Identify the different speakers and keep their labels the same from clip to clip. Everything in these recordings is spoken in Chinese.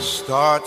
Speaker 1: Start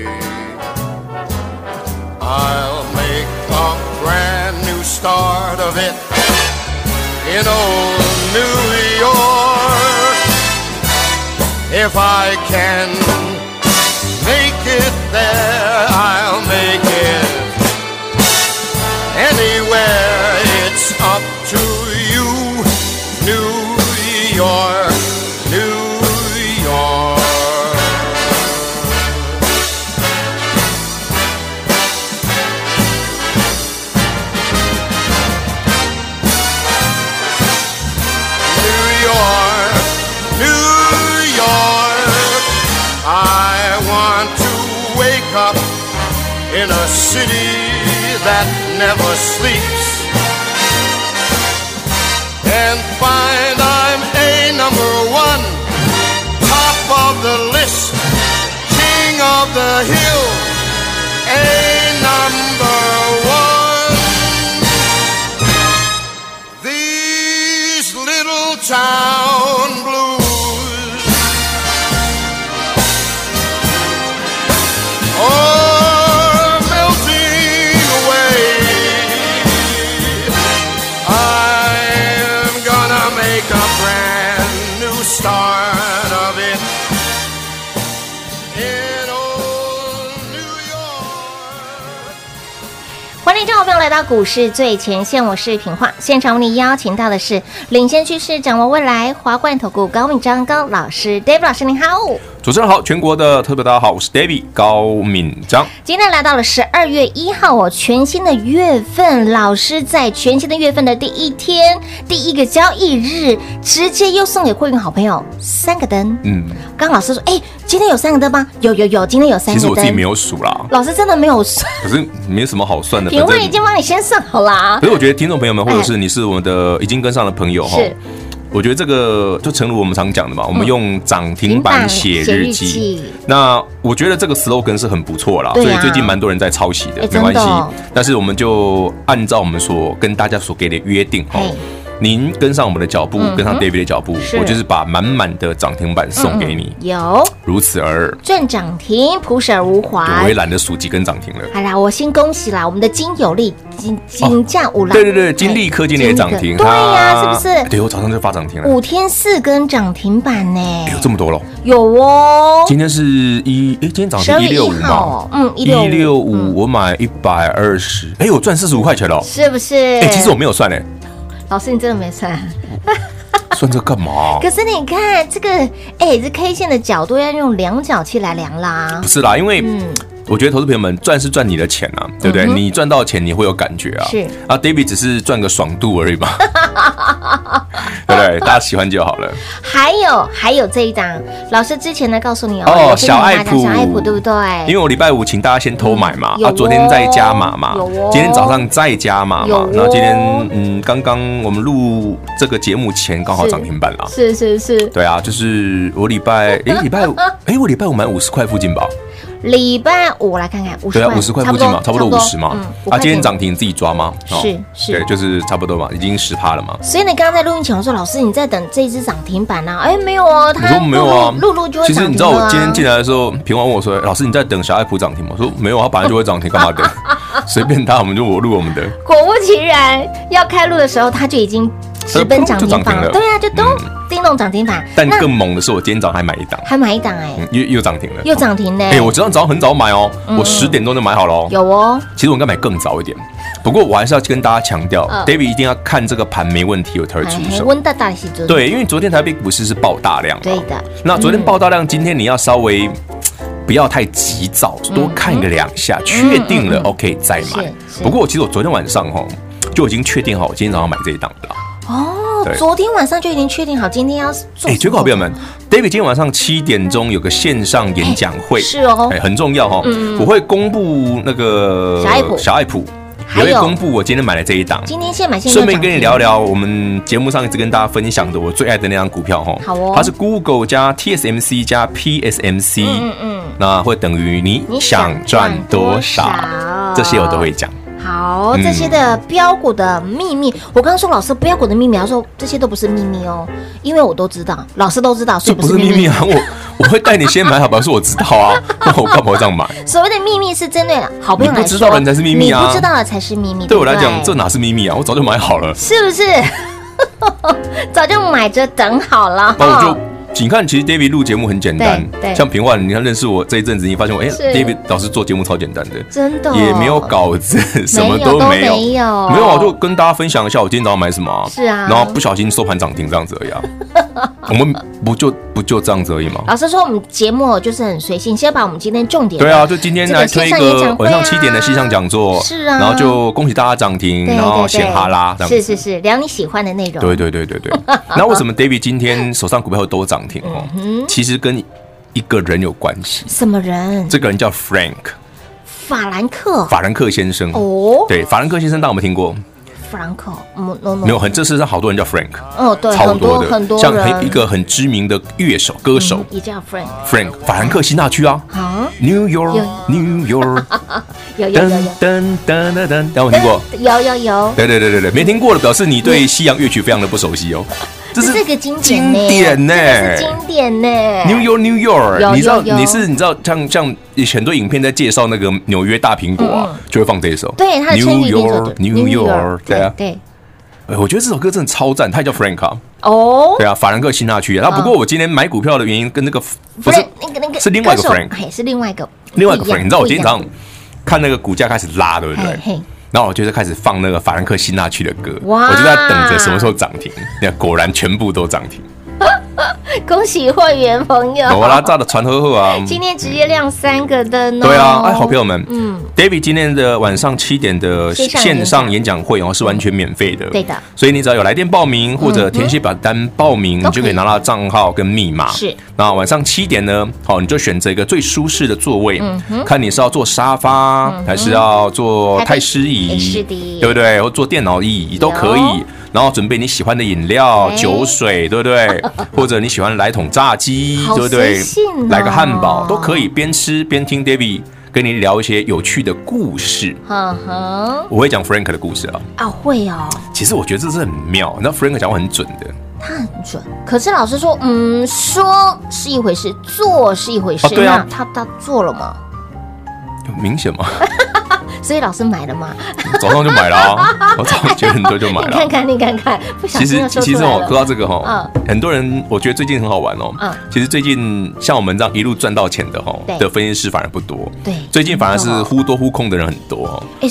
Speaker 1: I'll make a brand new start of it in old New York. If I can make it there, I'll make it anywhere. It's up to you, New York, New York. New York, New York. I want to wake up in a city that never sleeps and find I'm a number one, top of the list, king of the hill, a number one. These little town blues. Are melting away. I'm gonna make a brand new start of it. In old New York.
Speaker 2: 欢迎听众朋友来到股市最前线，我是品化。现场为你邀请到的是领先趋势、掌握未来华冠投顾高敏章高老师，Dave 老师您好。
Speaker 3: 主持人好，全国的特别大家好，我是 David 高敏章。
Speaker 2: 今天来到了十二月一号哦，全新的月份，老师在全新的月份的第一天，第一个交易日，直接又送给会员好朋友三个灯。
Speaker 3: 嗯，
Speaker 2: 刚刚老师说，哎，今天有三个灯吗？有有有，今天有三个灯。
Speaker 3: 其实我自己没有数啦，
Speaker 2: 老师真的没有算，
Speaker 3: 可是没什么好算的。
Speaker 2: 评委
Speaker 3: 反
Speaker 2: 已
Speaker 3: 正，
Speaker 2: 经帮你先算好啦。
Speaker 3: 可是我觉得听众朋友们，或者是你是我们的已经跟上的朋友哈
Speaker 2: 是，
Speaker 3: 我觉得这个就诚如我们常讲的
Speaker 2: 嗯
Speaker 3: 嘛，我们用涨停板写日
Speaker 2: 写日
Speaker 3: 记
Speaker 2: 记。
Speaker 3: 那我觉得这个 slogan 是很不错啦，
Speaker 2: 对啊
Speaker 3: 所以最近蛮多人在抄袭的
Speaker 2: 哎，
Speaker 3: 没关
Speaker 2: 真
Speaker 3: 系
Speaker 2: 的哦。
Speaker 3: 但是我们就按照我们所跟大家所给的约定哈
Speaker 2: 嘿。
Speaker 3: 您跟上我们的脚步，
Speaker 2: 哎嗯哼
Speaker 3: 跟上 David 的脚步，
Speaker 2: 是嗯
Speaker 3: 我就是把满满的涨停板送给你，
Speaker 2: 有
Speaker 3: 如此而已。
Speaker 2: 赚涨停，朴实无
Speaker 3: 对
Speaker 2: 华
Speaker 3: 我也。懒得数几根涨停了。
Speaker 2: 好啦，我先恭喜啦，我们的金有利金金价五啦，
Speaker 3: 对对对，金利科今天也
Speaker 2: 金利
Speaker 3: 涨
Speaker 2: 科
Speaker 3: 停，
Speaker 2: 对呀、
Speaker 3: 它
Speaker 2: 是不是？嗯
Speaker 3: 对，我早上就发涨停了，
Speaker 2: 五天四根涨停板呢、
Speaker 3: 有哎这么多咯。
Speaker 2: 有哦，
Speaker 3: 今天是一，哎，今天涨
Speaker 2: 十
Speaker 3: 停
Speaker 2: 二
Speaker 3: 一
Speaker 2: 月
Speaker 3: 六五
Speaker 2: 一号
Speaker 3: 嘛
Speaker 2: 哦，，嗯，一
Speaker 3: 一
Speaker 2: 六
Speaker 3: 六
Speaker 2: 五，
Speaker 3: 五，我买一百二十，哎，我赚四十五块钱了哦。
Speaker 2: 是不是？
Speaker 3: 哎，其实我没有算哎，
Speaker 2: 老师你真的没算，
Speaker 3: 算这干 嘛？
Speaker 2: 可是你看这个，哎、这 K 线的角度要用量角器来量啦
Speaker 3: 不，是啦，因为
Speaker 2: 嗯
Speaker 3: 我觉得投资朋友们赚是赚你的钱啊，对不对？
Speaker 2: 嗯哼
Speaker 3: 你赚到钱你会有感觉啊。
Speaker 2: 是
Speaker 3: 啊，David 只是赚个爽度而 已嘛，对不对？大家喜欢就好了。
Speaker 2: 还有还有这一档，老师之前呢告诉你哦，
Speaker 3: 哦
Speaker 2: 有跟你
Speaker 3: 小爱
Speaker 2: 大家
Speaker 3: 普
Speaker 2: 小爱普对不对？
Speaker 3: 因为我礼拜五请大家先偷买嘛，
Speaker 2: 嗯有哦
Speaker 3: 啊，昨天再加码嘛
Speaker 2: 有哦，
Speaker 3: 今天早上再加码
Speaker 2: 有
Speaker 3: 嘛
Speaker 2: 哦，
Speaker 3: 那今天嗯，刚刚我们录这个节目前刚好
Speaker 2: 是
Speaker 3: 涨停板啦。
Speaker 2: 是是是，
Speaker 3: 对啊，就是我礼 拜诶，礼拜五诶，我礼拜五买五十块附近吧，
Speaker 2: 礼拜五来看看五十
Speaker 3: 对
Speaker 2: 块，
Speaker 3: 啊，五十块附近嘛，差不多五十嘛
Speaker 2: 嗯，
Speaker 3: 啊，今天。涨停你自己抓吗？哦
Speaker 2: 是是啊
Speaker 3: 对，就是差不多嘛，已经十趴了嘛。
Speaker 2: 所以你刚刚在录音前我说，老师你在等这一只涨停板啊？哎，没有哦，
Speaker 3: 你
Speaker 2: 它
Speaker 3: 说没有啊？
Speaker 2: 露露就会
Speaker 3: 其实
Speaker 2: 涨停
Speaker 3: 你知道
Speaker 2: 了
Speaker 3: 我
Speaker 2: 啊
Speaker 3: 今天进来的时候，平王问我说：“哎老师你在等小爱普涨停吗？”我说：“没有啊，它本来就会涨停，干嘛等？ 随便它，我们就我录我们的。”
Speaker 2: 果不其然，要开录的时候，它就已经直奔涨停板
Speaker 3: 它就涨停了
Speaker 2: 对啊，就咚、叮咚涨停板。
Speaker 3: 但
Speaker 2: 那
Speaker 3: 更猛的是，我今天早上还买一档，
Speaker 2: 还买一档哎、
Speaker 3: 嗯，又又涨停了，
Speaker 2: 又。涨停嘞、
Speaker 3: 哎、我知道早上很早买哦，我十点钟就买好了哦。
Speaker 2: 有哦，
Speaker 3: 其实我应该买更早一点，不过我还是要跟大家强调、
Speaker 2: 嗯
Speaker 3: d a v i d 一定要看这个盘没问题，我才会出
Speaker 2: 哎
Speaker 3: 手。
Speaker 2: 温大大的喜尊，
Speaker 3: 对，因为昨天台北股市是爆大量嘛，
Speaker 2: 对的，
Speaker 3: 那昨天爆大量，今天你要稍微嘖不要太急躁，多看个两下，
Speaker 2: 嗯
Speaker 3: 确定了、OK 再买
Speaker 2: 是是。
Speaker 3: 不过其实我昨天晚上哈就已经确定好，我今天早上买这一档的了。
Speaker 2: 哦
Speaker 3: 对，
Speaker 2: 昨天晚上就已经确定好今天要做。
Speaker 3: 哎、结果好朋友们，David 今天晚上七点钟有个线上演讲会，
Speaker 2: 是哦嗯
Speaker 3: 哎、很重要哈、哦。我会公布那个
Speaker 2: 小爱普
Speaker 3: 小爱普，
Speaker 2: 还
Speaker 3: 也
Speaker 2: 有
Speaker 3: 会公布我今天买的这一档。
Speaker 2: 今天现买现
Speaker 3: 顺便跟你聊，聊我们节目上一直跟大家分享的我最爱的那张股票哈、
Speaker 2: 好哦
Speaker 3: 它是 Google 加 TSMC 加 PSMC，
Speaker 2: 嗯嗯
Speaker 3: 那会等于你
Speaker 2: 你想
Speaker 3: 想赚多少
Speaker 2: 赚多少，
Speaker 3: 这些我都会讲。
Speaker 2: 嗯，好，
Speaker 3: 嗯
Speaker 2: 这些的标股的秘密，我刚刚说老师标股的秘密，他说这些都不是秘密哦，因为我都知道，老师都知道，所
Speaker 3: 这
Speaker 2: 以
Speaker 3: 不是秘密。啊，我我会带你先买好吧？是我知道啊， 那我干嘛会这样买？
Speaker 2: 所谓的秘密是针对好朋友来说，
Speaker 3: 你不知道的人才是秘密 啊
Speaker 2: 你不知道欸的才是秘密。
Speaker 3: 对我
Speaker 2: 不
Speaker 3: 来讲，这哪是秘密啊？我早就买好了。
Speaker 2: 是不是 早就买着等好了？
Speaker 3: 那我
Speaker 2: 哈
Speaker 3: 就，你看，其实 David 录节目很简单
Speaker 2: 哦对，对
Speaker 3: 像平焕，你看认识我这一阵子，你发现我，哎
Speaker 2: 是
Speaker 3: ，David 老师做节目超简单的，
Speaker 2: 真的哦
Speaker 3: 也没有稿子，什么
Speaker 2: 都
Speaker 3: 都
Speaker 2: 没
Speaker 3: 没
Speaker 2: 有
Speaker 3: 有，没有啊，我就跟大家分享一下我今天早上买什么啊，
Speaker 2: 是啊
Speaker 3: 然后不小心收盘涨停这样子而已啊， 我们不就不就这样子而已吗？
Speaker 2: 老师说我们节目就是很随性，先把我们今天重点
Speaker 3: 对啊，就今天
Speaker 2: 这个
Speaker 3: 来推一
Speaker 2: 线上演
Speaker 3: 个
Speaker 2: 讲会
Speaker 3: 晚
Speaker 2: 啊
Speaker 3: 上七点的线上讲座，
Speaker 2: 是啊
Speaker 3: 然后就恭喜大家涨停，
Speaker 2: 对
Speaker 3: 然后
Speaker 2: 对
Speaker 3: 嗯哦显哈拉，这
Speaker 2: 对，是
Speaker 3: 样子。
Speaker 2: 是是，聊你喜欢的内容。
Speaker 3: 对对对对对。 那为什么 David 今天手上股票都涨停哦？
Speaker 2: 嗯
Speaker 3: 其实跟一个人有关系，
Speaker 2: 什么人？
Speaker 3: 这个人叫 Frank
Speaker 2: 法兰克
Speaker 3: 法兰克先生。
Speaker 2: 哦，
Speaker 3: 对，法兰克先生，大家有没有听过？
Speaker 2: 法兰克，嗯，no no，
Speaker 3: 没有，很这世上好多人叫 Frank，
Speaker 2: 哦，对，
Speaker 3: 超
Speaker 2: 很
Speaker 3: 多
Speaker 2: 多
Speaker 3: 的，
Speaker 2: 很多
Speaker 3: 像
Speaker 2: 人
Speaker 3: 很一个很知名的乐手歌手
Speaker 2: 嗯也叫 friend
Speaker 3: Frank 法兰克辛纳区啊
Speaker 2: 啊，
Speaker 3: ，New
Speaker 2: 有
Speaker 3: York，New York，
Speaker 2: 有 有有
Speaker 3: 噔
Speaker 2: 有
Speaker 3: 噔噔噔噔，有没有听过？
Speaker 2: 有有有，
Speaker 3: 对对对对对，没听过的表示你对西洋乐曲非常的不熟悉哦。这
Speaker 2: 这
Speaker 3: 是
Speaker 2: 是个经典
Speaker 3: 经
Speaker 2: 呢，
Speaker 3: 典呢、
Speaker 2: 这个是经典呢
Speaker 3: New York New York，
Speaker 2: 有
Speaker 3: 你知道
Speaker 2: 有有
Speaker 3: 你是你知道像像很多影片在介绍那个纽约大苹果啊，就会放这一首。
Speaker 2: 嗯对，他的成
Speaker 3: New
Speaker 2: 语名字
Speaker 3: York，New York，对啊，
Speaker 2: 对，
Speaker 3: 哎我觉得这首歌真的超赞，他也叫 Frank 啊，
Speaker 2: 哦，
Speaker 3: 对啊，法兰克辛纳区啊。那不过我今天买股票的原因跟那个不是
Speaker 2: 嗯那个那个
Speaker 3: 是另外一个
Speaker 2: 歌手
Speaker 3: Frank
Speaker 2: 嘿，是另外一个
Speaker 3: 另外一个
Speaker 2: 不样
Speaker 3: Frank，你知道我今天早
Speaker 2: 不
Speaker 3: 上看那个股价开始拉，对不
Speaker 2: 一样
Speaker 3: 对？
Speaker 2: 嘿嘿，
Speaker 3: 然后我就是开始放那个法兰克辛纳区的歌，
Speaker 2: 哇
Speaker 3: 我就在等着什么时候涨停。那果然全部都涨 停，
Speaker 2: 恭喜会员朋友，
Speaker 3: 我拉炸的传呵呵啊！
Speaker 2: 今天直接亮三个灯哦，
Speaker 3: 对啊，哎，好朋友们，
Speaker 2: 嗯
Speaker 3: 嗯，David 今天的晚上七点的
Speaker 2: 线上
Speaker 3: 线上演讲会哦是完全免费的，
Speaker 2: 对的嗯
Speaker 3: 所以你只要有来电报名或者填写表单报名，
Speaker 2: 都
Speaker 3: 你就
Speaker 2: 可
Speaker 3: 可
Speaker 2: 以
Speaker 3: 以拿到账号跟密码。
Speaker 2: 是，
Speaker 3: 那晚上七点呢，好，你就选择一个最舒适的座位，
Speaker 2: 嗯
Speaker 3: 看你是要坐沙发还是要坐太师
Speaker 2: 哎是
Speaker 3: 椅
Speaker 2: 的，
Speaker 3: 对不对？或坐电脑椅都可以
Speaker 2: 有。
Speaker 3: 然后准备你喜欢的饮料、
Speaker 2: 哎
Speaker 3: 酒水，对不对？或者你喜欢来桶炸鸡，
Speaker 2: 好
Speaker 3: 对不对
Speaker 2: 随性哦？
Speaker 3: 来个汉堡都可以。边吃边听 David 跟你聊一些有趣的故事。
Speaker 2: 嗯哼，
Speaker 3: 我会讲 Frank 的故事啊，
Speaker 2: 啊会哦，
Speaker 3: 其实我觉得这是很妙，那 Frank 讲话很准的
Speaker 2: 他很准。可是老师说，嗯，说是一回事，做是一回事。
Speaker 3: 哦对啊
Speaker 2: 那他他做了吗？
Speaker 3: 有明显嘛，
Speaker 2: 所以老师买了吗？
Speaker 3: 早上就买了啊，我早上九点多就买
Speaker 2: 你
Speaker 3: 了
Speaker 2: 看
Speaker 3: 啊。
Speaker 2: 看，你看看，不小
Speaker 3: 其
Speaker 2: 心
Speaker 3: 实
Speaker 2: 又说
Speaker 3: 其
Speaker 2: 出
Speaker 3: 实
Speaker 2: 来
Speaker 3: 哦，
Speaker 2: 了。
Speaker 3: 说到这个哈，很多人我觉得最近很好玩哦
Speaker 2: 嗯。
Speaker 3: 其实最近像我们这样一路赚到钱的哈
Speaker 2: 对
Speaker 3: 的分析师反而不多，
Speaker 2: 对
Speaker 3: 最近反而是
Speaker 2: 真的哦
Speaker 3: 忽多忽空的人很多哦。
Speaker 2: 哎，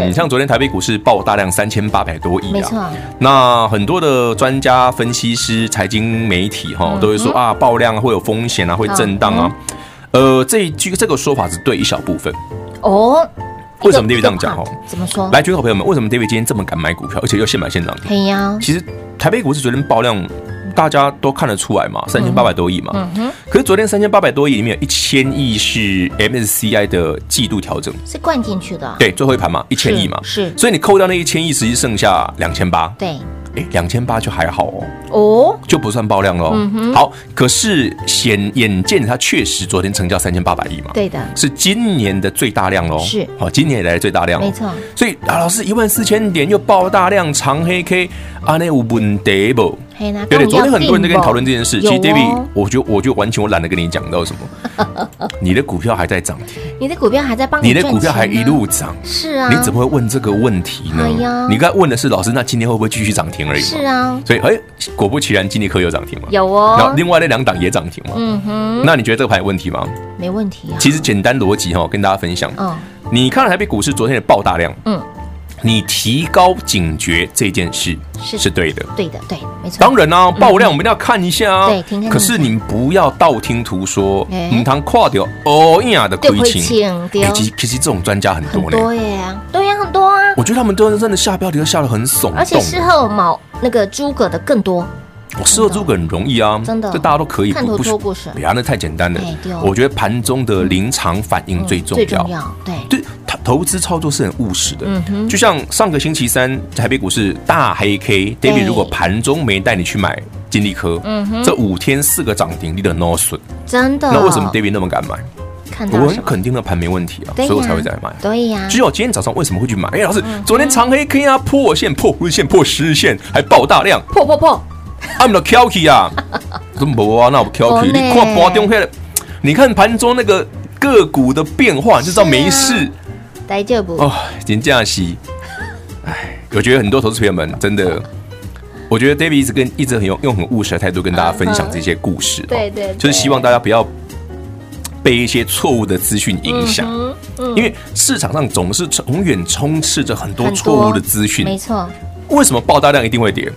Speaker 3: 你
Speaker 2: 是
Speaker 3: 像昨天台北股市爆大量三千八百多亿
Speaker 2: 没
Speaker 3: 啊，
Speaker 2: 错，
Speaker 3: 那很多的专家、
Speaker 2: 嗯
Speaker 3: 分析师、财经媒体哈，都会说啊，爆量会有风险啊，会震荡啊。呃，这一句这个说法只对一小部分。
Speaker 2: 哦，
Speaker 3: 为什么 David 这样讲哦？
Speaker 2: 怎么说？，
Speaker 3: 来，全国朋友们，为什么 David 今天这么敢买股票，而且又现买现涨停？
Speaker 2: 嘿呀，
Speaker 3: 其实台北股市昨天爆量，大家都看得出来嘛，三千八百多亿嘛。
Speaker 2: 嗯
Speaker 3: 可是昨天三千八百多亿里面有一千亿是 MSCI 的季度调整，
Speaker 2: 是灌进去的啊，
Speaker 3: 对，最后一盘嘛，一千亿嘛。
Speaker 2: 是是
Speaker 3: 所以你扣掉那一千亿，实际剩下两千八。
Speaker 2: 对，
Speaker 3: 哎，两千八就还好哦，
Speaker 2: 哦，
Speaker 3: 就不算爆量喽。
Speaker 2: 嗯
Speaker 3: 好，可是显眼见它确实昨天成交三千八百亿嘛。
Speaker 2: 对的，
Speaker 3: 是今年的最大量喽，
Speaker 2: 是
Speaker 3: 好、今年以来的最大量哦，
Speaker 2: 没错
Speaker 3: 所以啊，老师一万四千点又爆大量长黑 K，啊，那有问题不？
Speaker 2: 嘿啦，
Speaker 3: 对对，
Speaker 2: 跟我们
Speaker 3: 昨天
Speaker 2: 要
Speaker 3: 很多人
Speaker 2: 订
Speaker 3: 在跟你
Speaker 2: 购
Speaker 3: 讨论这件事，其实
Speaker 2: 哦有
Speaker 3: David，
Speaker 2: 哦
Speaker 3: 我觉得我就完全我懒得跟你讲到什么， 你的股票还在涨停，
Speaker 2: 你的股票还在帮
Speaker 3: 你的
Speaker 2: 赚
Speaker 3: 股票还
Speaker 2: 钱呢啊
Speaker 3: 一路涨。
Speaker 2: 是啊，
Speaker 3: 你怎么会问这个问题呢
Speaker 2: 哎呀？
Speaker 3: 你刚才问的是老师，那今天会不会继续涨停而已嘛？
Speaker 2: 是啊，
Speaker 3: 所以，哎，果不其然，金立科有涨停嘛？
Speaker 2: 有
Speaker 3: 然后
Speaker 2: 哦，
Speaker 3: 另外那两档也涨停嘛？
Speaker 2: 嗯哼，
Speaker 3: 那你觉得这个盘有问题吗？
Speaker 2: 没问题啊，
Speaker 3: 其实简单逻辑哈，跟大家分享。
Speaker 2: 嗯，
Speaker 3: 你看了台北股市昨天的爆大量，
Speaker 2: 嗯，
Speaker 3: 你提高警觉这件事
Speaker 2: 是
Speaker 3: 是对的。
Speaker 2: 对的，对，没错，
Speaker 3: 当然啦、爆量我们一定要看一下啊。
Speaker 2: 嗯对听看
Speaker 3: 可是
Speaker 2: 看
Speaker 3: 你不要道听途说，
Speaker 2: 哎
Speaker 3: 唔通跨掉哦呀的
Speaker 2: 对
Speaker 3: 亏
Speaker 2: 亏
Speaker 3: 情
Speaker 2: 情。对
Speaker 3: 哎
Speaker 2: 哦
Speaker 3: 其实其实这种专家很
Speaker 2: 很
Speaker 3: 多呢，
Speaker 2: 多呀，对呀，很多啊，
Speaker 3: 我觉得他们都真的下标题都下得很耸动。
Speaker 2: 而且事后毛那个诸葛的更多，
Speaker 3: 我射猪很容易啊，
Speaker 2: 真的
Speaker 3: 这大家都可以，
Speaker 2: 看图
Speaker 3: 不
Speaker 2: 说故事
Speaker 3: 哎呀，那太简单了
Speaker 2: 哎对哦。嗯
Speaker 3: 我觉得盘中的临场反应最重
Speaker 2: 最
Speaker 3: 要
Speaker 2: 重。要，嗯对，
Speaker 3: 对，投投资操作是很务实的。就像上个星期三，台北股市大黑 K，David 如果盘中没带你去买金利科，
Speaker 2: 嗯
Speaker 3: 这五天四个涨停，你的 no 损。
Speaker 2: 真的。
Speaker 3: 那为什么 David 那么敢买？
Speaker 2: 看
Speaker 3: 我
Speaker 2: 到什
Speaker 3: 很
Speaker 2: 么？
Speaker 3: 肯定那盘没问题啊，
Speaker 2: 嗯对
Speaker 3: 所
Speaker 2: 呀
Speaker 3: 以我才会再买。
Speaker 2: 对嗯呀，
Speaker 3: 只有今天早上为什么会去买？哎，老师，昨天长黑 K 啊，破我线、破五日线、破十日线，还爆大量，
Speaker 2: 破破破，
Speaker 3: I'm the Kelky 啊，怎么啊？那我 Kelky，
Speaker 2: 没
Speaker 3: 你
Speaker 2: 哦呢
Speaker 3: 看波中黑，你看盘中那个个股的变化，你就知道
Speaker 2: 啊
Speaker 3: 没事。
Speaker 2: 来这不？
Speaker 3: 哦，金假期，哎，我觉得很多投资朋友们真的，我觉得 David 一直跟一直很用用很务实的态度跟大家分享这些故事、哦
Speaker 2: 对对对
Speaker 3: 就是希望大家不要被一些错误的资讯影响、
Speaker 2: 嗯嗯
Speaker 3: 因为市场上总是永远充斥着很多
Speaker 2: 很多
Speaker 3: 错误的资讯，
Speaker 2: 没错，嗯
Speaker 3: 为什么爆大量一定会跌？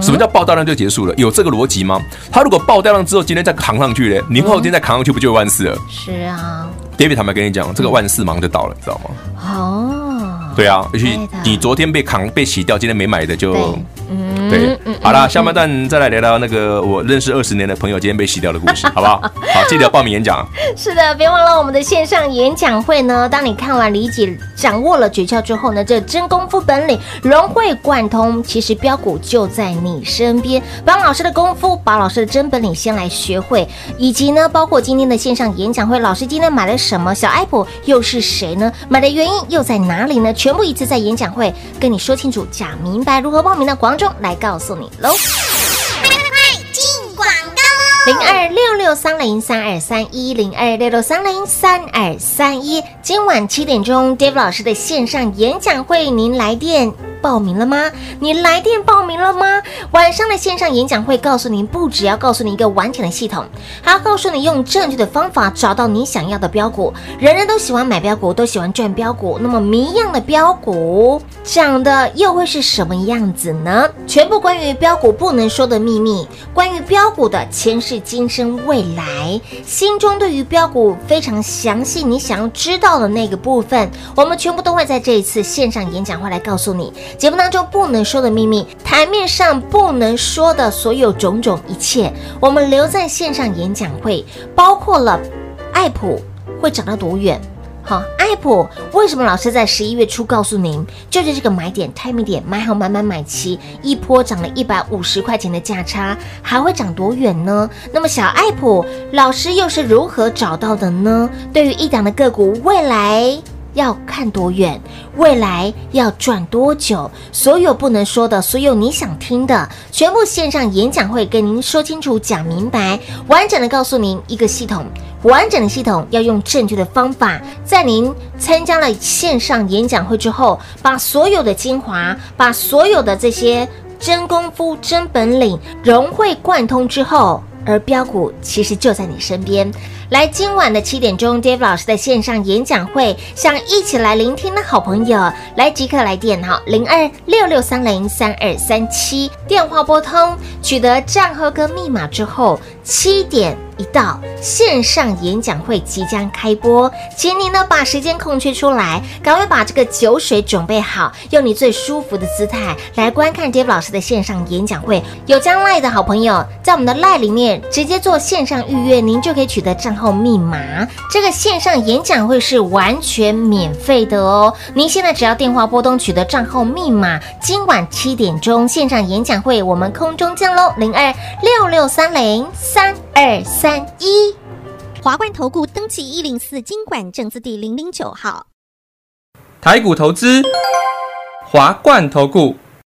Speaker 3: 什么叫爆大量就结束了？有这个逻辑吗？它如果爆大量之后，今天再扛上去嘞，明
Speaker 2: 嗯
Speaker 3: 后天再扛上去不就有万事了、
Speaker 2: 是啊，
Speaker 3: d a v i d 坦白跟你讲，这
Speaker 2: 嗯
Speaker 3: 个万事忙就倒了，你知道吗？
Speaker 2: 哦，
Speaker 3: 对啊，也许
Speaker 2: 对的
Speaker 3: 你昨天被扛被洗掉，今天没买的就
Speaker 2: 对嗯
Speaker 3: 对
Speaker 2: 嗯。
Speaker 3: 好啦，下半段再来聊聊那个我认识二十年的朋友今天被洗掉的故 事，好不好？好，记得报名演讲啊。
Speaker 2: 是的，别忘了我们的线上演讲会呢。当你看完、理解、掌握了诀窍之后呢，这真功夫本领融会贯通，其实标股就在你身边。把老师的功夫，把老师的真本领先来学会，以及呢，包括今天的线上演讲会，老师今天买了什么，小 a p p 又是谁呢？买的原因又在哪里呢？全部一次在演讲会跟你说清楚、讲明白。如何报名的广众来告诉你喽。零二六六三零三二三一零二六六三零三二三一。今晚七点钟，Dave 老师的线上演讲会，您来电。报名了吗？你来电报名了吗？晚上的线上演讲会告诉您，不只要告诉你一个完整的系统，还要告诉你用正确的方法找到你想要的标股。人人都喜欢买标股，都喜欢赚标股。那么谜样的标股长得又会是什么样子呢？全部关于标股不能说的秘密，关于标股的前世、今生、未来，心中对于标股非常详细，你想要知道的那个部分，我们全部都会在这一次线上演讲会来告诉你。节目当中不能说的秘密，台面上不能说的所有种种一切，我们留在线上演讲会，包括了爱普会涨到多远？好，爱普为什么老师在十一月初告诉您，就是这个买点、timing 点，买好买满买齐，一波涨了一百五十块钱的价差，还会涨多远呢？那么小爱普老师又是如何找到的呢？对于一档的个股，未来要看多远，未来要赚多久，所有不能说的，所有你想听的，全部线上演讲会跟您说清楚、讲明白，完整的告诉您一个系统，完整的系统要用正确的方法，在您参加了线上演讲会之后，把所有的精华，把所有的这些真功夫、真本领融会贯通之后。而标股其实就在你身边。来，今晚的七点钟，Dave 老师的线上演讲会，想一起来聆听的好朋友，来即刻来电哈，零二六六三零三二三七，电话拨通，取得账号跟密码之后，七点一到，线上演讲会即将开播，请你呢把时间空缺出来，赶快把这个酒水准备好，用你最舒服的姿态来观看 Dave 老师的线上演讲会。有将赖的好朋友，在我们的赖里面直接做线上预约，您就可以取得账号密码。这个线上演讲会是完全免费的哦，您现在只要电话拨通取得账号密码，今晚七点钟线上演讲会，我们空中见喽，零二六六三零三二三一。
Speaker 4: 华冠投顾登记一零四经管证字第零零九号，
Speaker 5: 台股投资，华冠投顾，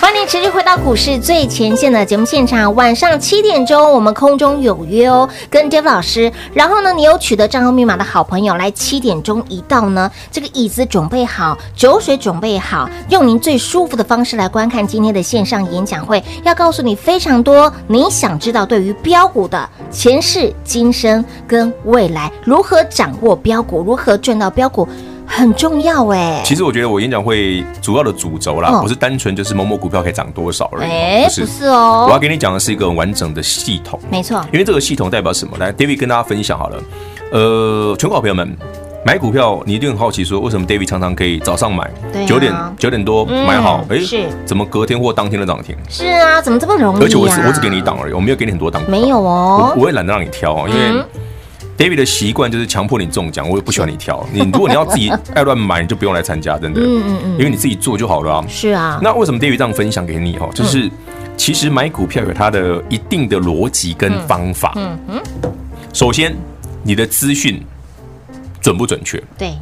Speaker 2: 欢迎持续回到股市最前线的节目现场，晚上七点钟我们空中有约哦，跟 Dave 老师。然后呢，你有取得账号密码的好朋友，来七点钟一到呢，这个椅子准备好，酒水准备好，用您最舒服的方式来观看今天的线上演讲会，要告诉你非常多你想知道对于标股的前世、今生跟未来，如何掌握标股，如何赚到标股，很重要哎。
Speaker 3: 其实我觉得我演讲会主要的主轴啦，
Speaker 2: 哦
Speaker 3: 不是单纯就是某某股票可以涨多少而已，
Speaker 2: 哎，不是
Speaker 3: 我要
Speaker 2: 哦，
Speaker 3: 给你讲的是一个完整的系统，
Speaker 2: 没错，
Speaker 3: 因为这个系统代表什么？来，David 跟大家分享好了。呃，全国好朋友们，买股票你一定很好奇，说为什么 David 常常可以早上买
Speaker 2: 对啊
Speaker 3: 九、点九点多
Speaker 2: 嗯
Speaker 3: 买好，诶
Speaker 2: 是
Speaker 3: 怎么隔天或当天的涨停？
Speaker 2: 是啊，怎么这么容易、啊？
Speaker 3: 而且我只我只给你一档而已，我没有给你很多档。
Speaker 2: 没有
Speaker 3: 我
Speaker 2: 哦，
Speaker 3: 我也懒得让你挑哦，因为
Speaker 2: 嗯
Speaker 3: David 的习惯就是强迫你中奖，我也不喜欢 你挑。你如果你要自己爱乱买，你就不用来参加，真的，
Speaker 2: 嗯嗯嗯
Speaker 3: 因为你自己做就好了啊。
Speaker 2: 是啊，
Speaker 3: 那为什么 David 这样分享给你
Speaker 2: 嗯
Speaker 3: 哦？就是其实买股票有它的一定的逻辑跟方法。
Speaker 2: 嗯嗯，
Speaker 3: 首先，你的资讯准不准确？
Speaker 2: 对，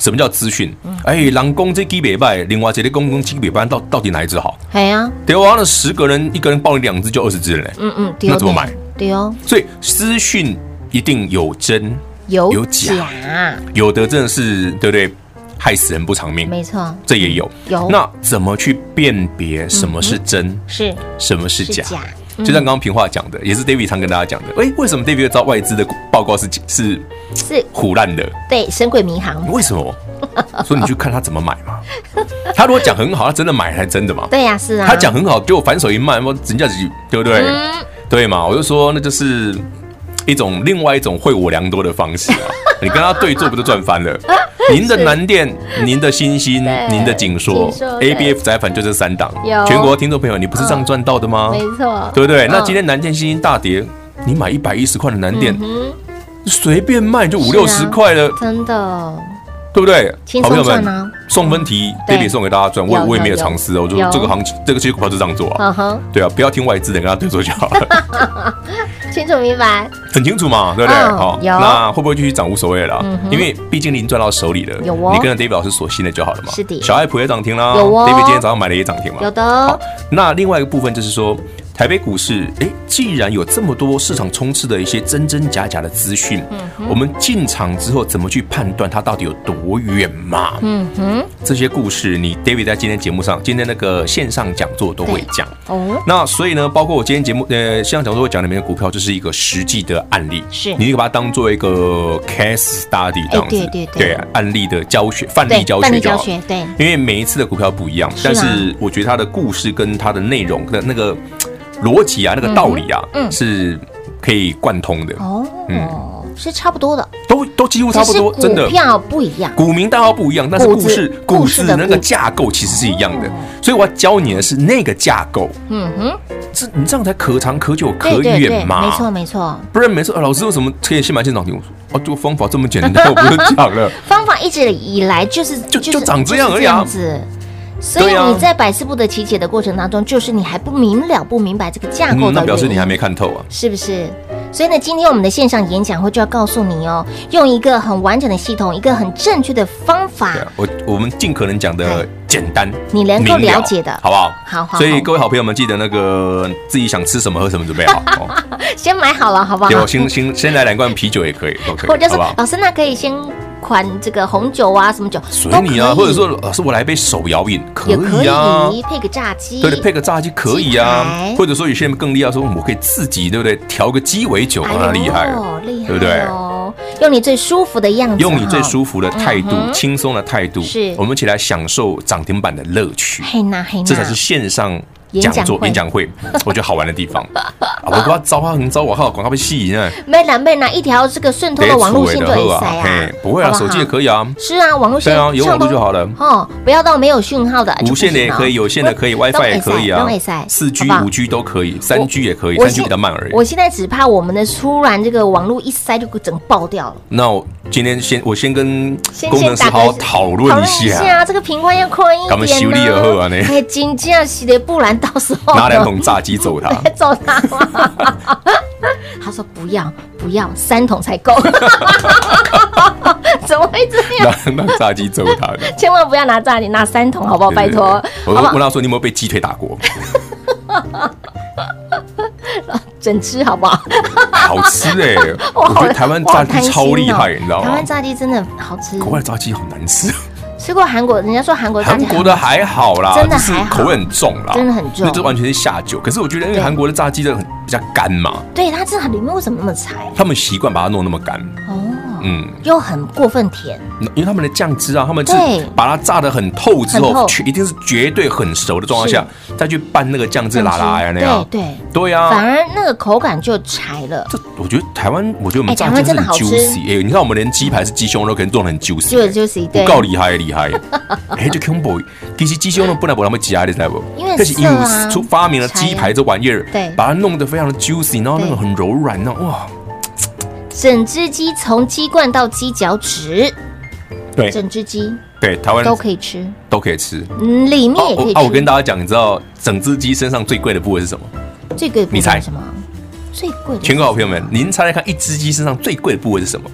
Speaker 3: 什么叫资讯？
Speaker 2: 嗯
Speaker 3: 哎，人公这几百拜，另外这些公公几百拜，到到底哪一只好？
Speaker 2: 哎呀，
Speaker 3: 对啊，那十个人，一个人报你两只，就二十只了嘞。
Speaker 2: 嗯嗯，
Speaker 3: 那怎么买？
Speaker 2: 对哦，
Speaker 3: 所以资讯一定有真
Speaker 2: 有
Speaker 3: 有假
Speaker 2: 假，
Speaker 3: 有的真的是对不对？害死人不偿命，
Speaker 2: 没错，
Speaker 3: 这也有。
Speaker 2: 有
Speaker 3: 那怎么去辨别什么是真，
Speaker 2: 是
Speaker 3: 什么是
Speaker 2: 嗯是
Speaker 3: 假？
Speaker 2: 假，嗯
Speaker 3: 就像刚刚平话讲的，也是 David 常跟大家讲的。哎、为什么 David 会知道外资的报告是是
Speaker 2: 是
Speaker 3: 胡烂的？
Speaker 2: 对神鬼迷航，
Speaker 3: 为 什么？所以你去看他怎么买嘛。他如果讲很好，他真的买才真的嘛。
Speaker 2: 对呀，是啊，
Speaker 3: 他讲很好，结果反手一卖，我人家自己对不对？
Speaker 2: 嗯
Speaker 3: 对嘛？我就说那就是一种另外一种会我良多的方 式啊！你跟他对坐不就赚翻了？您的南电、您的新兴、您的景硕
Speaker 2: 景硕、对
Speaker 3: ABF 窄反就这三档
Speaker 2: 有，
Speaker 3: 全国听众朋友，你不是这样赚到的吗？
Speaker 2: 没错，
Speaker 3: 对不对？
Speaker 2: 嗯嗯
Speaker 3: 那今天南电、新兴大跌，你买一百一十块的南电，随便卖就五六
Speaker 2: 是
Speaker 3: 十
Speaker 2: 啊
Speaker 3: 块了，
Speaker 2: 真的
Speaker 3: 对不对？
Speaker 2: 轻
Speaker 3: 好
Speaker 2: 松
Speaker 3: 朋友
Speaker 2: 赚啊
Speaker 3: 们，送分题
Speaker 2: 对
Speaker 3: David 送给大家赚，我也
Speaker 2: 有
Speaker 3: 我也没
Speaker 2: 有
Speaker 3: 有
Speaker 2: 有
Speaker 3: 尝试哦，我就
Speaker 2: 有
Speaker 3: 这个行情，这个这些股票就这样做啊。
Speaker 2: 嗯哼，
Speaker 3: 对啊，不要听外资的，跟他对坐就 好了，
Speaker 2: 清楚明白，
Speaker 3: 很清楚嘛，对不对？
Speaker 2: 嗯
Speaker 3: 好，
Speaker 2: 有
Speaker 3: 那会不会继续涨无所谓了
Speaker 2: 嗯
Speaker 3: 啦
Speaker 2: 哼，
Speaker 3: 因为毕竟你已经赚到手里了，
Speaker 2: 有哦
Speaker 3: 你跟着 David 老师所信的就好了嘛。
Speaker 2: 是的
Speaker 3: 小爱普也涨停啦
Speaker 2: 有哦
Speaker 3: ，David 今天早上买了也涨停嘛
Speaker 2: 有。的哦
Speaker 3: 那另外一个部分就是说，台北股市，诶，既然有这么多市场充斥的一些真真假假的资讯，
Speaker 2: 嗯
Speaker 3: 我们进场之后怎么去判断它到底有多远嘛？
Speaker 2: 嗯哼，
Speaker 3: 这些故事，你 David 在今天节目上，今天那个线上讲座都会讲。
Speaker 2: 哦，
Speaker 3: 那所以呢，包括我今天节目呃，线上讲座会讲里面的股票，就是一个实际的案例，
Speaker 2: 是哎
Speaker 3: 你可以把它当做一个 case study 这样子，
Speaker 2: 对对对
Speaker 3: 案例的教学、范
Speaker 2: 对
Speaker 3: 例教
Speaker 2: 范例
Speaker 3: 学就好
Speaker 2: 教学对
Speaker 3: 因为每一次的股票不一样，
Speaker 2: 是啊
Speaker 3: 但是我觉得它的故事跟它的内容的那个逻辑啊、那个道理啊，
Speaker 2: 嗯
Speaker 3: 是可以贯通的，
Speaker 2: 哦，是差不多的，
Speaker 3: 都都几乎嗯差不多，
Speaker 2: 只是
Speaker 3: 真的
Speaker 2: 股。票不一样。
Speaker 3: 股民代号不一样，但是
Speaker 2: 股
Speaker 3: 故
Speaker 2: 子
Speaker 3: 事
Speaker 2: 故
Speaker 3: 股
Speaker 2: 事哦
Speaker 3: 市
Speaker 2: 的
Speaker 3: 的那个
Speaker 2: 故
Speaker 3: 架构其实是一样的，所以我要教你的是那个架构，
Speaker 2: 嗯哼，
Speaker 3: 这你这样才可长可久可
Speaker 2: 对对对，
Speaker 3: 远嘛。
Speaker 2: 没错没错，
Speaker 3: 不然每次、啊、老师为什么可以先买现涨停？我说
Speaker 2: 嗯
Speaker 3: 哦，这个方法这么简单， 我不是讲 了。
Speaker 2: 方法一直以来就是
Speaker 3: 就是就长这样而已啊
Speaker 2: 就是这样子。所以
Speaker 3: 对啊
Speaker 2: 你在百思不得其解的过程当中，就是你还不明了、不明白这个架构
Speaker 3: 嗯，
Speaker 2: 的
Speaker 3: 那表示
Speaker 2: 原
Speaker 3: 你
Speaker 2: 因
Speaker 3: 还没看透啊。
Speaker 2: 是不是？所以呢，今天我们的线上演讲会就要告诉你哦，用一个很完整的系统，一个很正确的方法
Speaker 3: 对，啊，我我们尽可能讲的
Speaker 2: 对
Speaker 3: 简单，
Speaker 2: 嗯你能够
Speaker 3: 明
Speaker 2: 了解的
Speaker 3: 好不好？
Speaker 2: 好好
Speaker 3: 所以
Speaker 2: 好
Speaker 3: 各位好朋友们，记得那个自己想吃什么喝什么准备好。 哦
Speaker 2: 先买好了，好不好
Speaker 3: 对，？我先 先先来两罐啤酒也可以，都可
Speaker 2: 或者
Speaker 3: 以，
Speaker 2: 是
Speaker 3: 好不好？
Speaker 2: 老师，那可以先款这个红酒啊，什么酒
Speaker 3: 随
Speaker 2: 都可
Speaker 3: 你
Speaker 2: 以
Speaker 3: 啊，或者说老师我来杯手摇饮，可
Speaker 2: 也可
Speaker 3: 以啊。
Speaker 2: 以配个炸鸡，
Speaker 3: 对，配个炸鸡可以啊
Speaker 2: 鸡排，
Speaker 3: 或者说有些人更厉害，说我可以自己，对不对？调个鸡尾酒啊，那厉害了。
Speaker 2: 哦，厉害，哦
Speaker 3: 对不对？
Speaker 2: 用你最舒服的样子，
Speaker 3: 用你最
Speaker 2: 服，
Speaker 3: 舒服的态度
Speaker 2: 嗯哼、
Speaker 3: 轻松的态度，
Speaker 2: 是
Speaker 3: 我们一起来享受涨停板的乐趣，
Speaker 2: 嘿呐嘿呐，
Speaker 3: 这才是线上
Speaker 2: 演
Speaker 3: 讲
Speaker 2: 讲
Speaker 3: 座
Speaker 2: 会
Speaker 3: 演讲会， 我觉得好玩的地方啊！我要招啊，很招我靠，广告被吸引啊，
Speaker 2: 没啦没啦，一条这个顺通的网路线就很塞啊，
Speaker 3: 不会啊，
Speaker 2: 好不
Speaker 3: 手
Speaker 2: 好
Speaker 3: 机也可以啊，
Speaker 2: 是啊，网络线
Speaker 3: 对啊有网络就好了
Speaker 2: 畅通哦，不要到没有讯号的，就
Speaker 3: 无
Speaker 2: 不行
Speaker 3: 线的也可以，
Speaker 2: 了
Speaker 3: 有线的可以
Speaker 2: 我
Speaker 3: ，WiFi 也可以啊
Speaker 2: 都可以塞，
Speaker 3: 四 G
Speaker 2: 好不好
Speaker 3: 五 G 都可以，三 G 也可以，
Speaker 2: 我
Speaker 3: 三 G 比较慢而已
Speaker 2: 我。现在只怕我们的突然这个网络一塞就整个爆掉了。
Speaker 3: 那我今天先我先跟
Speaker 2: 先
Speaker 3: 工程师
Speaker 2: 先打个
Speaker 3: 好好讨论一下，
Speaker 2: 这个屏幕要宽一
Speaker 3: 赶快
Speaker 2: 点
Speaker 3: 啊修
Speaker 2: 呢、
Speaker 3: 理就好啊呢
Speaker 2: 哎，真正是的，不然到时候
Speaker 3: 拿两
Speaker 2: 呢
Speaker 3: 桶炸鸡走它。
Speaker 2: 再揍他吗？ 他说不要不要，三桶才够。 怎么会这样？
Speaker 3: 让让炸鸡揍他的。
Speaker 2: 千万不要拿炸你拿三桶好不好？哦拜托，
Speaker 3: 我
Speaker 2: 好不好
Speaker 3: 问？他说你有没有被鸡腿打过？
Speaker 2: 整吃好不好？
Speaker 3: 好吃 哎、我
Speaker 2: 好哦
Speaker 3: 觉得台湾炸鸡超厉害，你知道
Speaker 2: 台
Speaker 3: 吗
Speaker 2: 湾？炸鸡真的好吃，
Speaker 3: 国外炸鸡好难吃，
Speaker 2: 吃过韩国，人家说韩国炸
Speaker 3: 韩
Speaker 2: 鸡
Speaker 3: 国的
Speaker 2: 好
Speaker 3: 还好啦，
Speaker 2: 真的
Speaker 3: 就是
Speaker 2: 还好
Speaker 3: 口味很重啦，
Speaker 2: 真的很重
Speaker 3: 那这完全是下酒。可是我觉得，因为
Speaker 2: 对
Speaker 3: 韩国的炸鸡真的很比较干嘛，
Speaker 2: 对它这里面为什么那么柴？
Speaker 3: 他们习惯把它弄那么干，
Speaker 2: 哦，
Speaker 3: 嗯，
Speaker 2: 又很过分甜，
Speaker 3: 因为他们的酱汁啊，他们是
Speaker 2: 对
Speaker 3: 把它炸得很透之
Speaker 2: 很透
Speaker 3: 后，绝一定是绝对很熟的状况下，再去拌那个酱汁啦啦呀那样啊
Speaker 2: 对，对，
Speaker 3: 对啊呀、
Speaker 2: 反而那个口感就柴了，
Speaker 3: 这我觉得台湾，我觉得我
Speaker 2: 哎
Speaker 3: 们
Speaker 2: 台
Speaker 3: 炸
Speaker 2: 湾
Speaker 3: 鸡
Speaker 2: 真的
Speaker 3: 很
Speaker 2: 好吃
Speaker 3: juicy，哎、你看我们连鸡排是鸡胸肉，可能做的很 juicy，欸
Speaker 2: 就就是
Speaker 3: 不
Speaker 2: 对，
Speaker 3: 够厉害厉害， 哎、这 combo 其实鸡胸肉本来不那么夹的，知道不？
Speaker 2: 因为很
Speaker 3: 但是
Speaker 2: 涩啊
Speaker 3: 出发明了鸡排这玩意儿，
Speaker 2: 对
Speaker 3: 把它弄得非常的 juicy，然后那个
Speaker 2: 对
Speaker 3: 很柔软，然后哇，
Speaker 2: 整只鸡从鸡冠到鸡脚趾，
Speaker 3: 对
Speaker 2: 整只鸡
Speaker 3: 对，台湾
Speaker 2: 都可以吃，
Speaker 3: 都可以吃。
Speaker 2: 嗯，里面也可
Speaker 3: 我
Speaker 2: 以吃。
Speaker 3: 啊，我跟大家讲，你知道整只鸡身上最贵的部位是什么？
Speaker 2: 最贵的部
Speaker 3: 你
Speaker 2: 分
Speaker 3: 猜
Speaker 2: 是什么？最贵的
Speaker 3: 全国好朋友
Speaker 2: 是什
Speaker 3: 们
Speaker 2: 么，
Speaker 3: 您猜猜看，一只鸡身上最贵的部位是什么？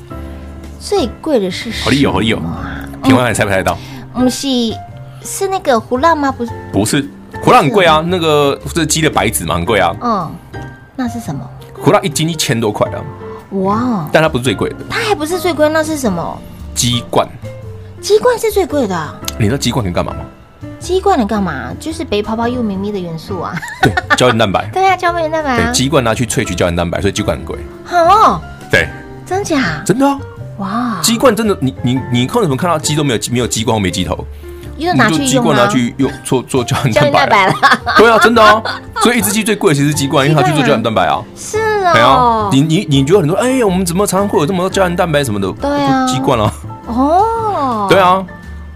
Speaker 2: 最贵的是什么？
Speaker 3: 好利友，好利
Speaker 2: 嗯
Speaker 3: 哦友，平凡你猜不猜得到？
Speaker 2: 不是是那个胡辣吗？不是，
Speaker 3: 不是，胡辣很贵啊，那个这鸡的白子嘛很贵啊，
Speaker 2: 嗯，那是什么？
Speaker 3: 胡辣一斤一千多块啊，
Speaker 2: 哇哦，
Speaker 3: 但它不是最贵的，
Speaker 2: 它还不是最贵，那是什么？
Speaker 3: 鸡冠。
Speaker 2: 鸡冠是最贵的啊、
Speaker 3: 你知道鸡冠可以干嘛吗？
Speaker 2: 鸡冠你干嘛？就是北泡泡又咪咪的元素啊。
Speaker 3: 对， 胶原蛋白。
Speaker 2: 对啊，胶原蛋白
Speaker 3: 对，
Speaker 2: 啊。
Speaker 3: 鸡冠拿去萃取胶原蛋白，所以鸡冠很贵。
Speaker 2: 好、哦，
Speaker 3: 对，
Speaker 2: 真假？
Speaker 3: 真的啊，
Speaker 2: 哦哇，
Speaker 3: 鸡冠真的，你你你看什么看到鸡都没有没有鸡冠或没鸡头，
Speaker 2: 又
Speaker 3: 你
Speaker 2: 拿
Speaker 3: 就
Speaker 2: 去
Speaker 3: 鸡
Speaker 2: 用
Speaker 3: 冠拿
Speaker 2: 啊。
Speaker 3: 去用做做胶原
Speaker 2: 胶
Speaker 3: 蛋
Speaker 2: 原
Speaker 3: 白
Speaker 2: 蛋白
Speaker 3: 啊。
Speaker 2: 了，
Speaker 3: 对啊，真的啊，所以一只鸡最贵的其实是鸡冠，因为它去做胶原蛋白啊。
Speaker 2: 是
Speaker 3: 对
Speaker 2: 哦
Speaker 3: 啊，，你你你觉得很多哎，我们怎么常常会有这么多胶原蛋白什么的？
Speaker 2: 对啊
Speaker 3: 就鸡冠啊，
Speaker 2: 哦，
Speaker 3: 对，啊，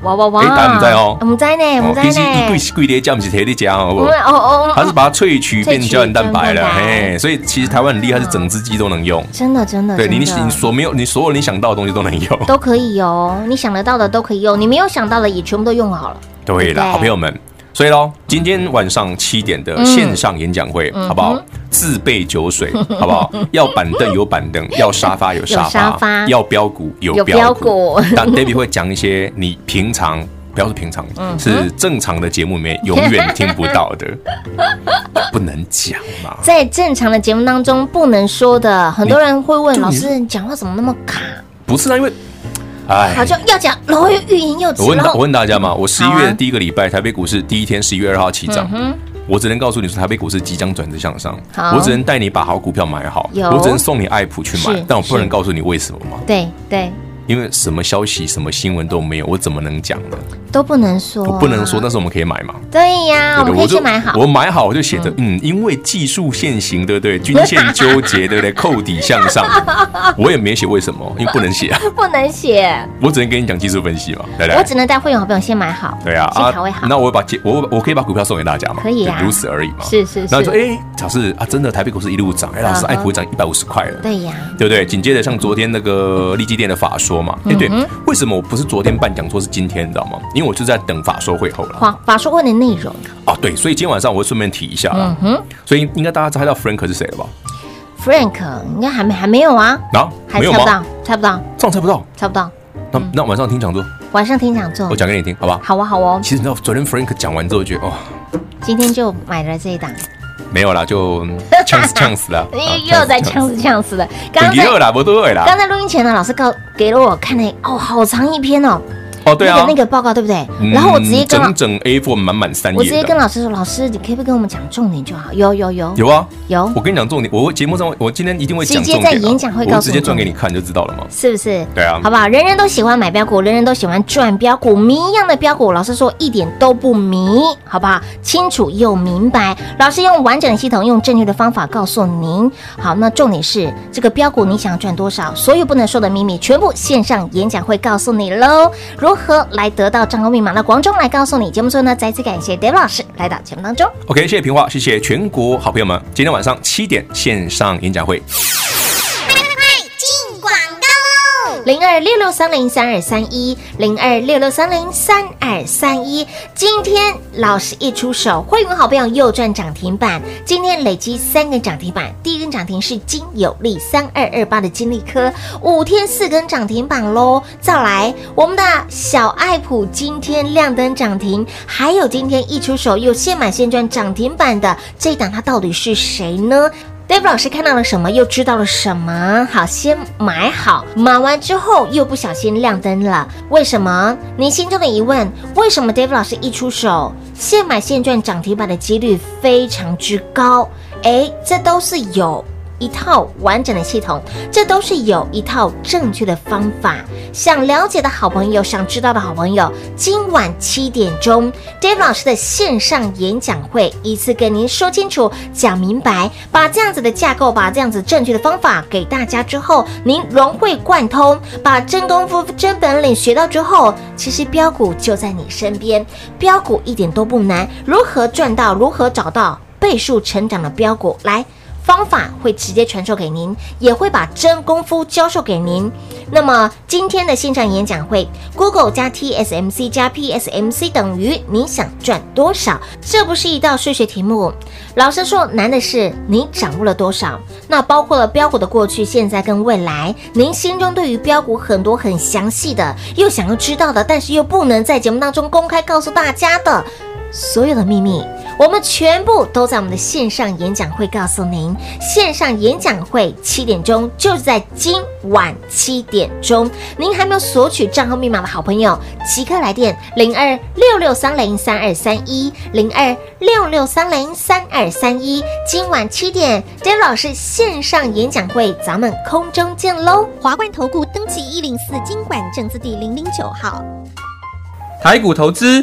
Speaker 2: 哇哇哇，
Speaker 3: 诶大家不知哦
Speaker 2: 我们在呢，我们在
Speaker 3: 其实一贵
Speaker 2: 呢，
Speaker 3: 是贵的，加不是铁的加，好不
Speaker 2: 我
Speaker 3: 好？
Speaker 2: 们哦哦，
Speaker 3: 它是把它萃取变成胶原蛋
Speaker 2: 萃
Speaker 3: 白
Speaker 2: 取胶原蛋
Speaker 3: 了，
Speaker 2: 白
Speaker 3: 嘿，所以其实台湾很厉害，是整只鸡都能用。
Speaker 2: 真的真的，
Speaker 3: 对你，你
Speaker 2: 真的
Speaker 3: 你所没有，你所有你想到的东西都 能用。
Speaker 2: 都可以哦，你想得到的都可以用，你没有想到的也全部都用好了，
Speaker 3: 对
Speaker 2: 对
Speaker 3: 啦，好朋友们，所以喽，今天晚上七点的线上演讲
Speaker 2: 嗯
Speaker 3: 会，好不好？自备 酒水，好不好？要板凳有板凳，要沙发有沙
Speaker 2: 有沙发
Speaker 3: 发，要标股有
Speaker 2: 有
Speaker 3: 标
Speaker 2: 标
Speaker 3: 股
Speaker 2: 股。
Speaker 3: 但 David 会讲一些你平常不要是平常，
Speaker 2: 嗯
Speaker 3: 是正常的节目 里面永远听不到的，不能讲嘛。
Speaker 2: 在正常的节目当中不能说的，很多人会问
Speaker 3: 就你
Speaker 2: 老师，你讲话怎么那么卡？
Speaker 3: 不是啊，因为，哎
Speaker 2: 好，像要讲，然后又欲言又止，
Speaker 3: 我问
Speaker 2: 然
Speaker 3: 大我
Speaker 2: 后
Speaker 3: 问大家嘛，我十一
Speaker 2: 好啊嗯
Speaker 3: 月的第一个礼拜，台北股市第一天十一月二号起涨。我只能告诉你说，台北股市即将转折向上
Speaker 2: 好。
Speaker 3: 我只能带你把好股票买好，
Speaker 2: 有
Speaker 3: 我只能送你爱普去买
Speaker 2: 是，
Speaker 3: 但我不能
Speaker 2: 是
Speaker 3: 告诉你为什么嘛，
Speaker 2: 对对
Speaker 3: 因为什么消息、什么新闻都没有，我怎么能讲呢？
Speaker 2: 都不能说，
Speaker 3: 我不能说，但是我们可以买嘛。
Speaker 2: 对呀，我
Speaker 3: 对
Speaker 2: 们
Speaker 3: 不
Speaker 2: 可
Speaker 3: 对
Speaker 2: 以去买好
Speaker 3: 我就，我买好我就写着，嗯，因为技术限行，对不对？均线纠结，对不对？ 扣底向上，我也没写为什么，因为不能写啊，
Speaker 2: 不能写，
Speaker 3: 我只能跟你讲技术分析嘛，对不
Speaker 2: 我
Speaker 3: 对？
Speaker 2: 只能带会员好朋友先买好，
Speaker 3: 对啊，
Speaker 2: 先卡位好，
Speaker 3: 那我把结我我可以把股票送给大家嘛？
Speaker 2: 可以啊
Speaker 3: 就如此而已嘛。
Speaker 2: 是是
Speaker 3: 然后就哎、
Speaker 2: 是，
Speaker 3: 假设啊，真的台北股市一路涨，哎，老师，
Speaker 2: 嗯哼
Speaker 3: 爱普涨一百五十块了。
Speaker 2: 对呀，
Speaker 3: 对不对？紧接着像昨天那个利基店的法说嘛，
Speaker 2: 嗯
Speaker 3: 哎、对，为什么我不是昨天办讲座是今天，你知道吗？因为我就在等法说会后了。
Speaker 2: 法法说问的内容，
Speaker 3: 哦，对，所以今天晚上我会顺便提一下
Speaker 2: 嗯
Speaker 3: 啦。所以应该大家猜到 Frank 是谁了吧？
Speaker 2: Frank 应该还没还没有啊，
Speaker 3: 啊，
Speaker 2: 还
Speaker 3: 没
Speaker 2: 猜
Speaker 3: 有
Speaker 2: 不
Speaker 3: 吗？
Speaker 2: 到，猜不到，
Speaker 3: 这样猜不到。
Speaker 2: 猜不到，
Speaker 3: 那那晚上听讲座，
Speaker 2: 晚上听讲座
Speaker 3: 我，讲给你听，好吧？
Speaker 2: 嗯好啊好哦，
Speaker 3: 其实你知道，昨天 Frank 讲完之后，觉得哦，
Speaker 2: 今天就买了这一
Speaker 3: 啊
Speaker 2: 档，
Speaker 3: 没有啦，就嗯呛死呛死了，啊
Speaker 2: 又又在呛死呛死的，刚刚
Speaker 3: 很
Speaker 2: 在
Speaker 3: 热啦，不对啦。
Speaker 2: 刚在录音前呢，老师告给了我看了哦，好长一篇哦，
Speaker 3: 哦，对啊
Speaker 2: 那个，那个报告对不对？
Speaker 3: 嗯
Speaker 2: 然后我直接跟老
Speaker 3: 整整 A4 满满三
Speaker 2: 我直接
Speaker 3: 页
Speaker 2: 跟
Speaker 3: 的。
Speaker 2: 老师说，老师你可不可以跟我们讲重点就好？有有有
Speaker 3: 有啊，
Speaker 2: 有
Speaker 3: 我跟你讲重点，我节目上我今天一定会讲
Speaker 2: 直接
Speaker 3: 重点啊，
Speaker 2: 在演讲会
Speaker 3: 我
Speaker 2: 告诉
Speaker 3: 直接
Speaker 2: 你
Speaker 3: 转给你看就知道了嘛。
Speaker 2: 是不是？
Speaker 3: 对啊
Speaker 2: 好不好？人人都喜欢买标股，人人都喜欢赚标股，迷一样的标股，老师说一点都不迷，好不好？清楚又明白，老师用完整的系统，用正确的方法告诉您。好，那重点是这个标股你想赚多少，所有不能说的秘密，全部线上演讲会告诉你喽。如何来得到账号密码？那广中来告诉你。节目最后呢，再次感谢 Dave 老师来到节目当中。
Speaker 3: OK，谢谢平话，谢谢全国好朋友们，今天晚上七点线上演讲会，
Speaker 2: 零二六六三零三二三一，零二六六三零三二三一。今天老师一出手，会员好朋友又赚涨停板。今天累积三根涨停板，第一根涨停是金有利三二二八的金利科，五天四根涨停板喽。再来，我们的小爱普今天亮灯涨停，还有今天一出手又现买现赚涨停板的这一档，它到底是谁呢？Dave 老师看到了什么，又知道了什么？好，先买好，买完之后又不小心亮灯了，为什么？您心中的疑问，为什么 Dave 老师一出手，现买现赚涨停板的几率非常之高？诶，这都是有一套完整的系统，这都是有一套正确的方法。想了解的好朋友，想知道的好朋友，今晚七点钟，Dave 老师的线上演讲会，一次跟您说清楚、讲明白，把这样子的架构，把这样子正确的方法给大家之后，您融会贯通，把真功夫、真本领学到之后，其实标股就在你身边，标股一点都不难，如何赚到，如何找到倍数成长的标股，来。方法会直接传授给您，也会把真功夫教授给您。那么今天的线上演讲会，Google 加 TSMC 加 PSMC 等于你想赚多少？这不是一道数学题目。老实说，难的是你掌握了多少。那包括了标股的过去、现在跟未来，您心中对于标股很多很详细的，又想要知道的，但是又不能在节目当中公开告诉大家的。所有的秘密，我们全部都在我们的线上演讲会告诉您。线上演讲会七点钟，就是在今晚七点钟。您还没有索取账号密码的好朋友，即刻来电零二六六三零三二三一零二六六三零三二三一。今晚七点 d a v 老师线上演讲会，咱们空中见喽！
Speaker 4: 华冠投顾登记一零四经管证字第零零九号。
Speaker 5: 台股投资，